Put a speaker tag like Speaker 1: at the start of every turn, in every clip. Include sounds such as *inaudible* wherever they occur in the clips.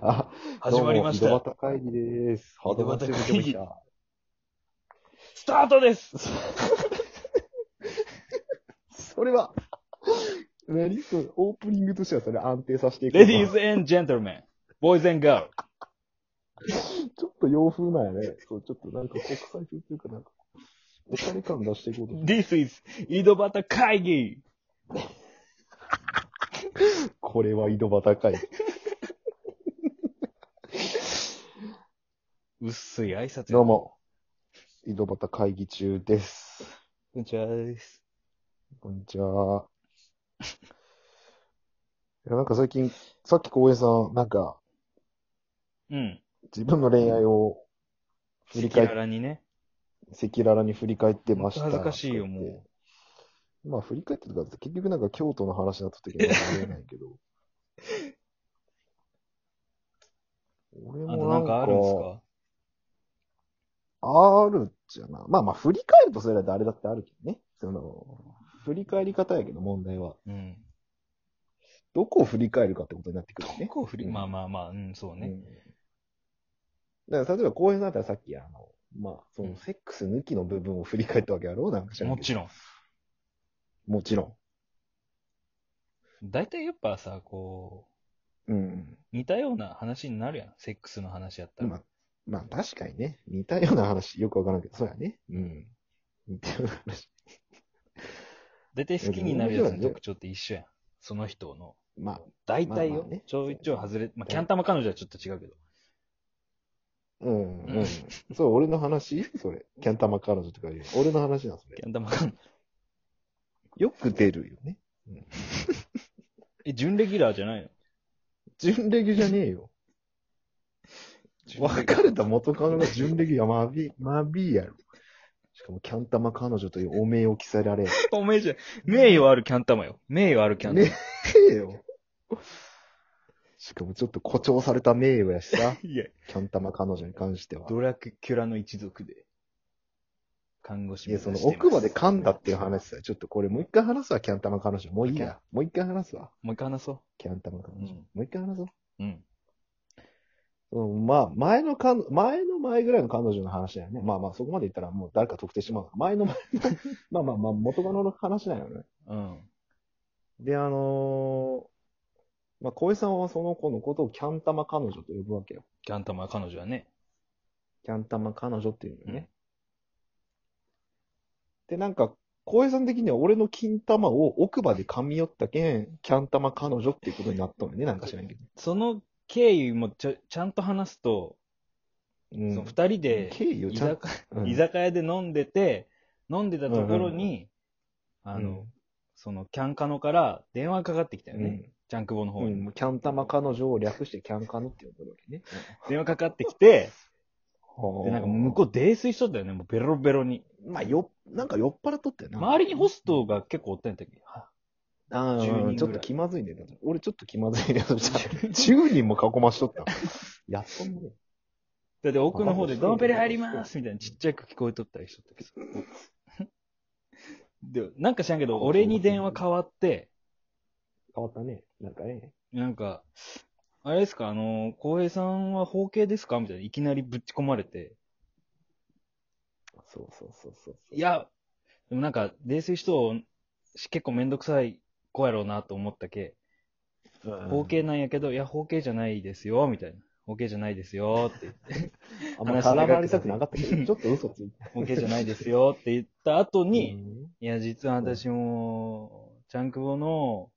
Speaker 1: あ
Speaker 2: 始まりました
Speaker 1: どうも井戸端会議です。ハードルがついてきました
Speaker 2: スタートです
Speaker 1: それは、何それオープニングとしてはそれ安定させていく。
Speaker 2: レディーズ and gentlemen, boys and girls.
Speaker 1: ちょっと洋風なんやね。そう、ちょっとなんか国際風っていうかなんか、おしゃれ感出していこうとして。
Speaker 2: This is 井戸端会議
Speaker 1: これは井戸端会議。
Speaker 2: 薄い挨拶。
Speaker 1: どうも。井戸端会議中です。
Speaker 2: こんにちはです。
Speaker 1: こんにちは。いや、なんか最近、さっき浩平さん、なんか、
Speaker 2: うん。
Speaker 1: 自分の恋愛を振り
Speaker 2: 赤
Speaker 1: 返っ
Speaker 2: 裸々にね。
Speaker 1: 赤裸々に振り返ってました。
Speaker 2: 恥ずかしいよも
Speaker 1: う。まあ、振り返ってとか、結局なんか京都の話だった時にはありえないけ
Speaker 2: *laughs*
Speaker 1: ど。俺
Speaker 2: あと
Speaker 1: も
Speaker 2: な
Speaker 1: なんん
Speaker 2: か
Speaker 1: か、
Speaker 2: あ
Speaker 1: あ
Speaker 2: る
Speaker 1: る
Speaker 2: んですか
Speaker 1: んじゃな。まあまあ、振り返るとそれは誰だってあるけどね。その、振り返り方やけど問題は。
Speaker 2: うん。
Speaker 1: どこを振り返るかってことになってくるね。
Speaker 2: 結構振り、
Speaker 1: うん
Speaker 2: まあまあまあ、うん、そう
Speaker 1: う
Speaker 2: ね。
Speaker 1: んだから、例えば公園だったらさっき、あの、まあ、そ
Speaker 2: うん
Speaker 1: の、セックス抜きの部分を振り返ったわけやろうなんか知らん
Speaker 2: も
Speaker 1: けど
Speaker 2: ちろん。
Speaker 1: もちろ
Speaker 2: 大体やっぱさ、こ
Speaker 1: ん。うん。
Speaker 2: う、似たような話になるやん。セックスの話やった
Speaker 1: ま
Speaker 2: ら
Speaker 1: あ。、まあ確かにね、似たような話、よくわからんけど、そうやね。うん。似たような話。
Speaker 2: 大体好きになるや
Speaker 1: う
Speaker 2: つ
Speaker 1: ん
Speaker 2: の特徴って一緒やん。その人の。
Speaker 1: まあ、
Speaker 2: 大体
Speaker 1: まあ
Speaker 2: よ
Speaker 1: まあね。
Speaker 2: ちょいちょい外れ、まあ、キャンタマ彼女はちょっと違うけど。
Speaker 1: うん、
Speaker 2: う
Speaker 1: うんん。そう、俺の話それ。キャンタマ彼女とか言う。俺の話なんそれ
Speaker 2: キ。ャンタマ彼女。
Speaker 1: よく出るよね。
Speaker 2: え、準レギュラーじゃないの
Speaker 1: 純レギュじゃねえよ。別れた元カノが純レギュや、まび、まびやろ。しかも、キャンタマ彼女というお名を着せられ。ね
Speaker 2: おめえじゃ、名誉あるキャンタマよ。名誉あるキャンタマ。
Speaker 1: えよ。しかも、ちょっと誇張された名誉やしさ。
Speaker 2: いや、
Speaker 1: キャンタマ彼女に関しては。
Speaker 2: ドラクキュラの一族で、看護師
Speaker 1: い
Speaker 2: 目
Speaker 1: や、
Speaker 2: 指して
Speaker 1: そ
Speaker 2: ま
Speaker 1: の
Speaker 2: す
Speaker 1: 奥まで噛んだっていう話さ、ちょっとこれもう一回話すわ、キャンタマ彼女。もういいや。もう一回話すわ、
Speaker 2: もう一回話そ
Speaker 1: キャンタマ彼
Speaker 2: う。
Speaker 1: 女。
Speaker 2: うん。
Speaker 1: もう一回話そう。
Speaker 2: うん。
Speaker 1: うん、まあ、前のかん、前の前ぐらいの彼女の話だよね。まあまあ、そこまで言ったらもう誰か特定してしまう。前の前
Speaker 2: *laughs*
Speaker 1: の、まあまあまあ、元カノの話だよね。
Speaker 2: うん。
Speaker 1: で、あのーまあ、小江さんはその子のことをキャンタマ彼女と呼ぶわけよ。
Speaker 2: キャンタマ彼女はね。
Speaker 1: キャンタマ彼女っていうのね。で、なんか、小江さん的には俺の金玉を奥歯で噛み寄ったけん、キャンタマ彼女っていうことになったのよね、なんか知らんけど。
Speaker 2: その経緯もちょちゃんと話すと、
Speaker 1: う
Speaker 2: その二人で
Speaker 1: 経緯を
Speaker 2: 居
Speaker 1: ちゃん
Speaker 2: 酒
Speaker 1: と、うん
Speaker 2: 居酒屋で飲んでて、飲んでたところに、あの、
Speaker 1: うん
Speaker 2: そのキャンカノから電話かかってきたよね。ジャンクボの
Speaker 1: うん
Speaker 2: 方に。
Speaker 1: うんキャンタマ彼女を略してキャンカノって呼ぶわけね。
Speaker 2: 電話かかってきて、
Speaker 1: はあ
Speaker 2: で、なんか向こう泥酔しとったよね。もうベロベロに。
Speaker 1: まあ、よ、なんか酔っ払っとったよな。
Speaker 2: 周りにホストが結構おったんやったっけ
Speaker 1: あ
Speaker 2: 10人ぐら
Speaker 1: あ、
Speaker 2: い
Speaker 1: ちょっと気まずいね。俺ちょっと気まずい
Speaker 2: *laughs*
Speaker 1: ね。10人も囲ましとった。やっとね。
Speaker 2: だって奥の方で
Speaker 1: あ
Speaker 2: ドンペリ入りますみたいなちっちゃく聞こえとったりしとったけど。 *laughs* で、なんか知らんけど、俺に電話変わって、
Speaker 1: 変わったね。なんかね。
Speaker 2: なんか、あれですか、あの、浩平さんは包茎ですかみたいな、いきなりぶち込まれて。
Speaker 1: そうそうそうそう。
Speaker 2: いや、でもなんか、泥酔しとうし結構めんどくさい子やろうなと思ったけ、
Speaker 1: うん、
Speaker 2: 包茎なんやけど、いや、包茎じゃないですよ、みたいな。包茎じゃないですよ、って言って。
Speaker 1: あんま絡まりたくなかったけど、ちょっと嘘つい *laughs* て。
Speaker 2: 包茎じゃないですよ、って言った後に、
Speaker 1: うん
Speaker 2: いや、実は私も、ちゃんくぼの、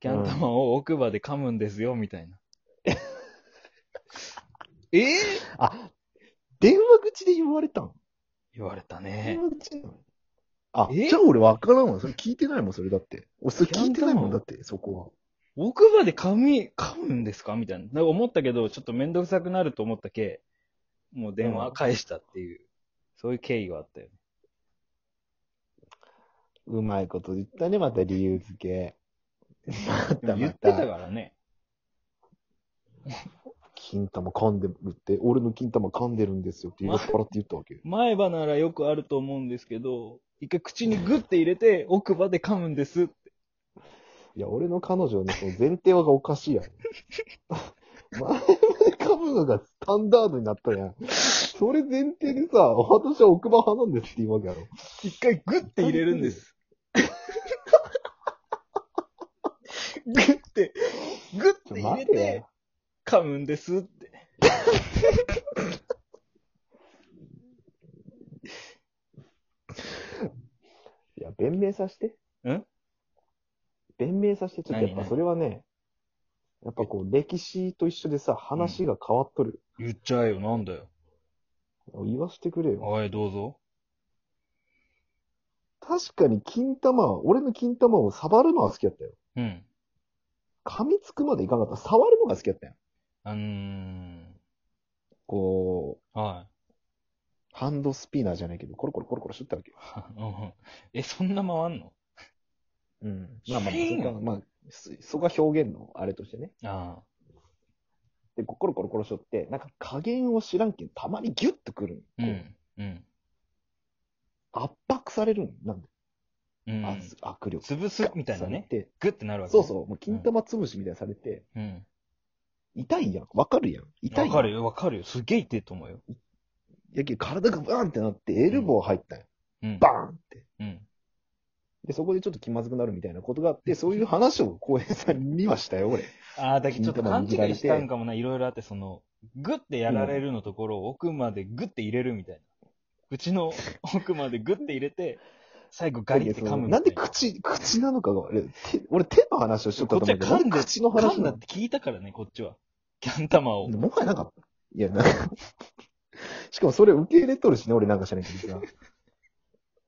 Speaker 2: キャン玉を奥歯で噛むんですよ、みたいな。えー
Speaker 1: あ、電話口で言われたん
Speaker 2: 言われた
Speaker 1: 電
Speaker 2: ね。
Speaker 1: 話口なのあ、
Speaker 2: え
Speaker 1: じゃあ俺わからんわ。それ聞いてないもん、それだって。俺それ聞いてないもん、だって、そこは。
Speaker 2: 奥歯で噛み、噛むんですかみたいな。なんか思ったけど、ちょっとめんどくさくなると思ったけ、もう電話返したっていう、そういう経緯があったよね。
Speaker 1: うまいこと言ったね、また理由付け。 *laughs* ま
Speaker 2: で
Speaker 1: た
Speaker 2: も言
Speaker 1: ま
Speaker 2: って
Speaker 1: た。
Speaker 2: たからね。
Speaker 1: 金玉噛んでるって、俺の金玉噛んでるんですよって酔っ払って言ったわけよ。
Speaker 2: 前歯ならよくあると思うんですけど、一回口にグッて入れて、奥歯で噛むんです。
Speaker 1: いや、俺の彼女のその前提はがおかしいやろ。 *laughs* 前まで噛むのがスタンダードになったやん。それ前提でさ、私は奥歯派なんですって言うわけやろ。
Speaker 2: 一回グッて入れるんです。グッて、グッて入れて、噛むんですって。
Speaker 1: いや、弁明させて。
Speaker 2: ん
Speaker 1: 弁明させて、ちょっとやっ
Speaker 2: 何
Speaker 1: ぱ
Speaker 2: 何
Speaker 1: それはね、やっぱこう、歴史と一緒でさ、話が変わっとる。
Speaker 2: 言っちゃえよ、なんだよ。
Speaker 1: 言わせてくれよ。
Speaker 2: はい、どうぞ。
Speaker 1: 確かに金玉は、俺の金玉を触るのは好きやったよ。
Speaker 2: うん。
Speaker 1: 噛みつくまでいかなかった。触るのが好きやったよ。
Speaker 2: あのー、
Speaker 1: こう、
Speaker 2: は
Speaker 1: ハンドスピナーじゃないけど、コロコロコロコロしとったわけよ。
Speaker 2: い。うん *laughs* え、そんな回んの
Speaker 1: うん。まあまあ、
Speaker 2: シ
Speaker 1: そ
Speaker 2: ーン
Speaker 1: こが、まあ、そそこが表現のあれとしてね。
Speaker 2: あ
Speaker 1: で、こうコロコロコロしとって、なんか加減を知らんけん、たまにギュッとくるんよ。
Speaker 2: あ。う
Speaker 1: こ
Speaker 2: ん。うん。
Speaker 1: 圧迫されるんよなんで、
Speaker 2: うん。
Speaker 1: 圧握力。
Speaker 2: 潰すみたいなね。
Speaker 1: で、
Speaker 2: グッてなるわけ、
Speaker 1: そうそう、もう金玉潰しみたいにされて、
Speaker 2: う。うん。
Speaker 1: 痛いやん。わかるやん。痛い
Speaker 2: わ
Speaker 1: やん。
Speaker 2: かるよ、わかるよ。すげえ痛いと思うよ。
Speaker 1: やけん体がバーンってなって、エルボー入ったんよ。
Speaker 2: うん。
Speaker 1: バーンって。
Speaker 2: うん。
Speaker 1: で、そこでちょっと気まずくなるみたいなことがあって、そういう話を浩平さんにはしたよ、俺。
Speaker 2: ああ、だけどちょっと勘違いしたんかもな、いろいろあって、その、グッてやられるのところを奥までグッて入れるみたいな。口の *laughs* 奥までグッて入れて、最後ガリって噛むみたいな。
Speaker 1: なんで口、口なのかが、俺、手俺手の話をしとったと思うけど、
Speaker 2: こっちは
Speaker 1: な
Speaker 2: 噛んで
Speaker 1: んで口の
Speaker 2: 噛
Speaker 1: 話
Speaker 2: ん
Speaker 1: な
Speaker 2: だっ
Speaker 1: の
Speaker 2: て聞いたからね、こっちは。キャン玉を。
Speaker 1: もはやなんか、いや、なんか、しかもそれ受け入れとるしね、俺なんかしないけどさ。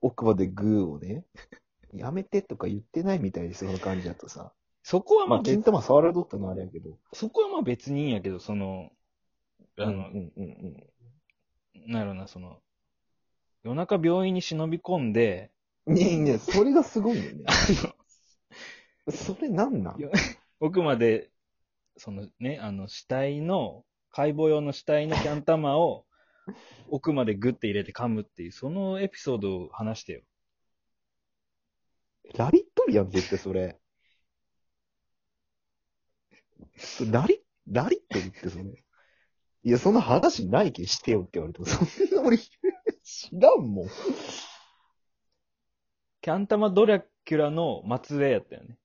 Speaker 1: 奥歯でグーをね、やめてとか言ってないみたいです、その感じだとさ。
Speaker 2: そこは
Speaker 1: ま
Speaker 2: まあ
Speaker 1: あ、
Speaker 2: 別
Speaker 1: 金玉触られとったのはあれやけど。
Speaker 2: そこはまあ別にいいんやけど、その、あの、
Speaker 1: うんうんうん
Speaker 2: なるな、その、夜中病院に忍び込んで、
Speaker 1: うん。いやいや、それがすごいよね。
Speaker 2: あの
Speaker 1: それなんなん
Speaker 2: よ奥まで、そのね、あの、死体の、解剖用の死体のキャン玉
Speaker 1: *laughs*
Speaker 2: を、奥までグッて入れて噛むっていう、そのエピソードを話してよ。
Speaker 1: ラリっとるやん、絶対それ。それラリ、ラリっとるって、それ。いや、そんな話ないけんしてよって言われても、そんな俺、知らんもん。
Speaker 2: キャン玉ドラキュラの末裔やったよね。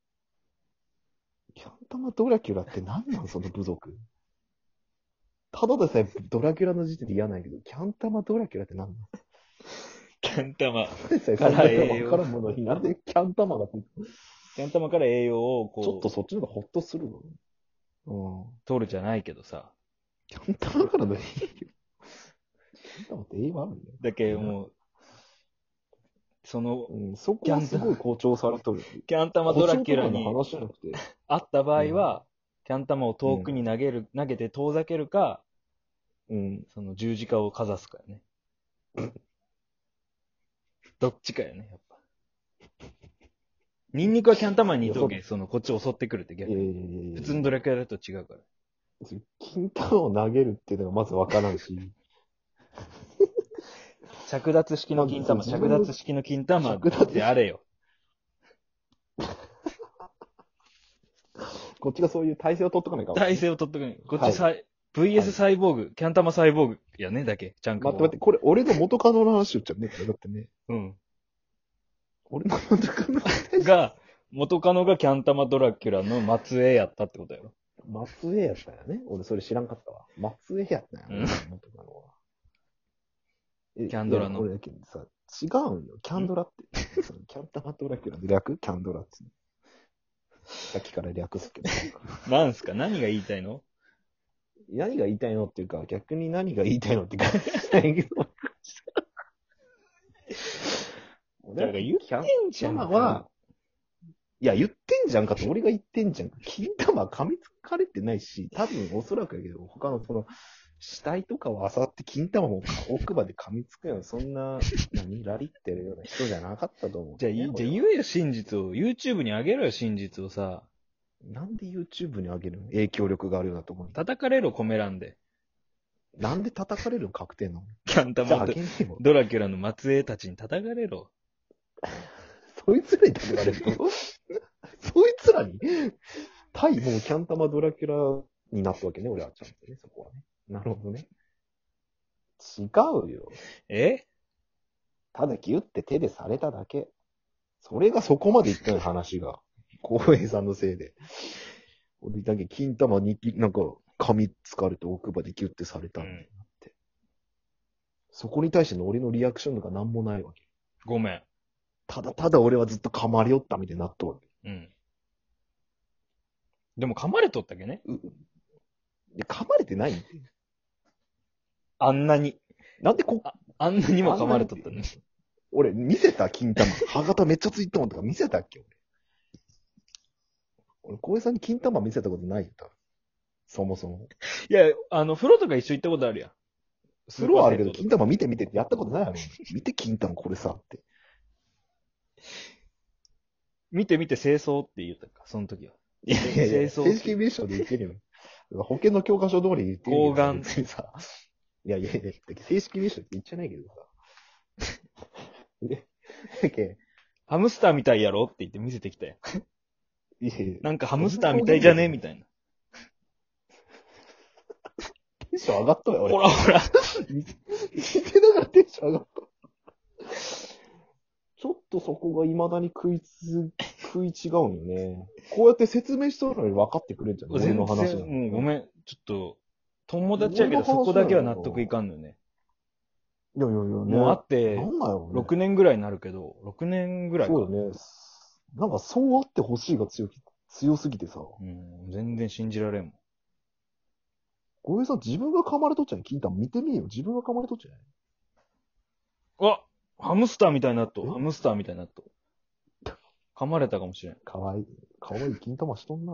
Speaker 1: キャン玉ドラキュラって何なん、その部族。ただでさえドラキュラの時点で嫌なんやけど、キャン玉ドラキュラって何なん
Speaker 2: キャン玉。
Speaker 1: ただでさえそんなわからんものになんでキャン玉がついてる
Speaker 2: キャン玉から栄養を
Speaker 1: ちょ
Speaker 2: こ
Speaker 1: っ
Speaker 2: う
Speaker 1: と、そっちの方がホッとするの。うん。
Speaker 2: 取るじゃないけどさ。
Speaker 1: キャン玉からのいいよ。キャン玉って栄養あるんだよ。
Speaker 2: だけどもう、その、
Speaker 1: うん、そこはすごい誇張されとる。
Speaker 2: キャン玉ドラキュラに
Speaker 1: 誇張とかの話じゃなくて。
Speaker 2: あった場合は、キャン玉を遠くに投げる、投げて遠ざけるか、
Speaker 1: うん。
Speaker 2: その十字架をかざすかよね。どっちかよね、やっぱ。ニンニクはキャン玉に似とうけん、その、こっち襲ってくるって
Speaker 1: え
Speaker 2: 逆に。
Speaker 1: ー、
Speaker 2: 普通のドラキュラだと違うから。
Speaker 1: 金玉を投げるっていうのがまずわからんし。 *laughs*
Speaker 2: 着脱式の金玉、
Speaker 1: そうそう
Speaker 2: 着脱式の金玉
Speaker 1: 着脱式
Speaker 2: ってあれよ。
Speaker 1: こっちがそういう体勢を取っとかないかん
Speaker 2: 体勢を取っとくんよこっちさい、VS サイボーグ、キャン玉サイボーグやね、だけ。ちゃん
Speaker 1: 待
Speaker 2: こ。
Speaker 1: って待って、これ俺の元カノの話言っちゃうね。だってね。
Speaker 2: うん。
Speaker 1: 俺の元カノ。
Speaker 2: が、元カノがキャン玉ドラキュラの末裔やったってことやろ。
Speaker 1: 松江やったんやね。俺それ知らんかったわ。松江やったんや、ね。俺の元カノは。え
Speaker 2: キャンドラの
Speaker 1: いや俺だけどさ、違うんよ。キャンドラ
Speaker 2: *laughs*
Speaker 1: って。そのキャン玉ドラキュラで略キャンドラって。さっきから略すけど。
Speaker 2: なんすか何が言いたいの
Speaker 1: 何が言いたいのっていうか、逆に何が言いたいの *laughs* って感じだけど。
Speaker 2: だから言
Speaker 1: キャン
Speaker 2: ケン
Speaker 1: キャマは、いや、言ってんじゃんかって、俺が言ってんじゃんか。金玉は噛みつかれてないし、多分おそらくやけど、他のその、死体とかを漁って金玉も奥歯で噛みつくような、そんな、何、ラリってるような人じゃなかったと思う。
Speaker 2: じゃあ、いじゃあ
Speaker 1: 俺は
Speaker 2: 言えよ、真実を。YouTube に上げろよ、真実をさ。
Speaker 1: なんで YouTube に上げるの影響力があるようなと思う。
Speaker 2: 叩かれろ、コメ欄で。
Speaker 1: なんで叩かれるの確定なの
Speaker 2: キャン
Speaker 1: じゃあ、
Speaker 2: 玉
Speaker 1: あ
Speaker 2: と
Speaker 1: げねえよ。
Speaker 2: ドラキュラの末裔たちに叩かれろ。
Speaker 1: そいつらに食べられるのそいつらに対もうキャンタマドラキュラになったわけね、俺はちゃんとね、そこはね。なるほどね。違うよ。
Speaker 2: え
Speaker 1: ただギュって手でされただけ。それがそこまでいったのよ、話が。光栄さんのせいで。俺だけ金玉に、なんか、髪つかれて奥歯でギュってされたんだよなって。そこに対しての俺のリアクションなんか何もないわけ。
Speaker 2: ごめん。
Speaker 1: ただただ俺はずっと噛まれよったみたいになっとるわけ。
Speaker 2: うん。でも噛まれとったっけね
Speaker 1: で、噛まれてない
Speaker 2: あんなに。
Speaker 1: なんでこ、
Speaker 2: あんなにも噛まれとったね。
Speaker 1: 俺見せた金玉。歯型めっちゃついたもんとか見せたっけ俺。俺、光栄さんに金玉見せたことないよ、多分そもそも。
Speaker 2: いや、あの、風呂とか一緒行ったことあるやん。
Speaker 1: スローはあるけど、金玉見て見てってやったことないやろ。見て金玉これさって。
Speaker 2: 見て見て清掃って言ったか、その時は。
Speaker 1: いやいやいや、
Speaker 2: 清掃
Speaker 1: 正式名称で言ってるよ。保険の教科書通り言ってるよ。
Speaker 2: 睾丸
Speaker 1: 別にさ。いやいやいや、正式名称って言っちゃないけどさ。で、だっけ
Speaker 2: ハムスターみたいやろって言って見せてきたやん。
Speaker 1: いやいや、
Speaker 2: なんかハムスターみたいじゃね
Speaker 1: そんな
Speaker 2: みたいな。
Speaker 1: テンション上がったよ、俺。
Speaker 2: ほらほら。
Speaker 1: 聞いてながらテンション上がった。ちょっとそこが未だに食いつ、食い違うんよね。こうやって説明しとるのに分かってくれんじゃん。俺
Speaker 2: 全然、
Speaker 1: の
Speaker 2: も
Speaker 1: 話なの
Speaker 2: うごめん。ちょっと、友達やけ
Speaker 1: 俺
Speaker 2: ど
Speaker 1: の話な
Speaker 2: そ
Speaker 1: の
Speaker 2: こだけは納得いかんのよね。
Speaker 1: いやいやいや、ね、
Speaker 2: もうあって
Speaker 1: なんだよ、ね。
Speaker 2: 6年ぐらいになるけど、6年ぐらいか。
Speaker 1: そうよね。なんかそうあってほしいが強き、強すぎてさ。
Speaker 2: うん、全然信じられんもん。
Speaker 1: ごめんさん、自分が噛まれとっちゃう金玉見てみよ。自分が噛まれとっちゃう
Speaker 2: あハムスターみたいになっと
Speaker 1: え
Speaker 2: う。ハムスターみたいになっとう。噛まれたかもしれん。
Speaker 1: かわいい。かわいい金玉しとんな。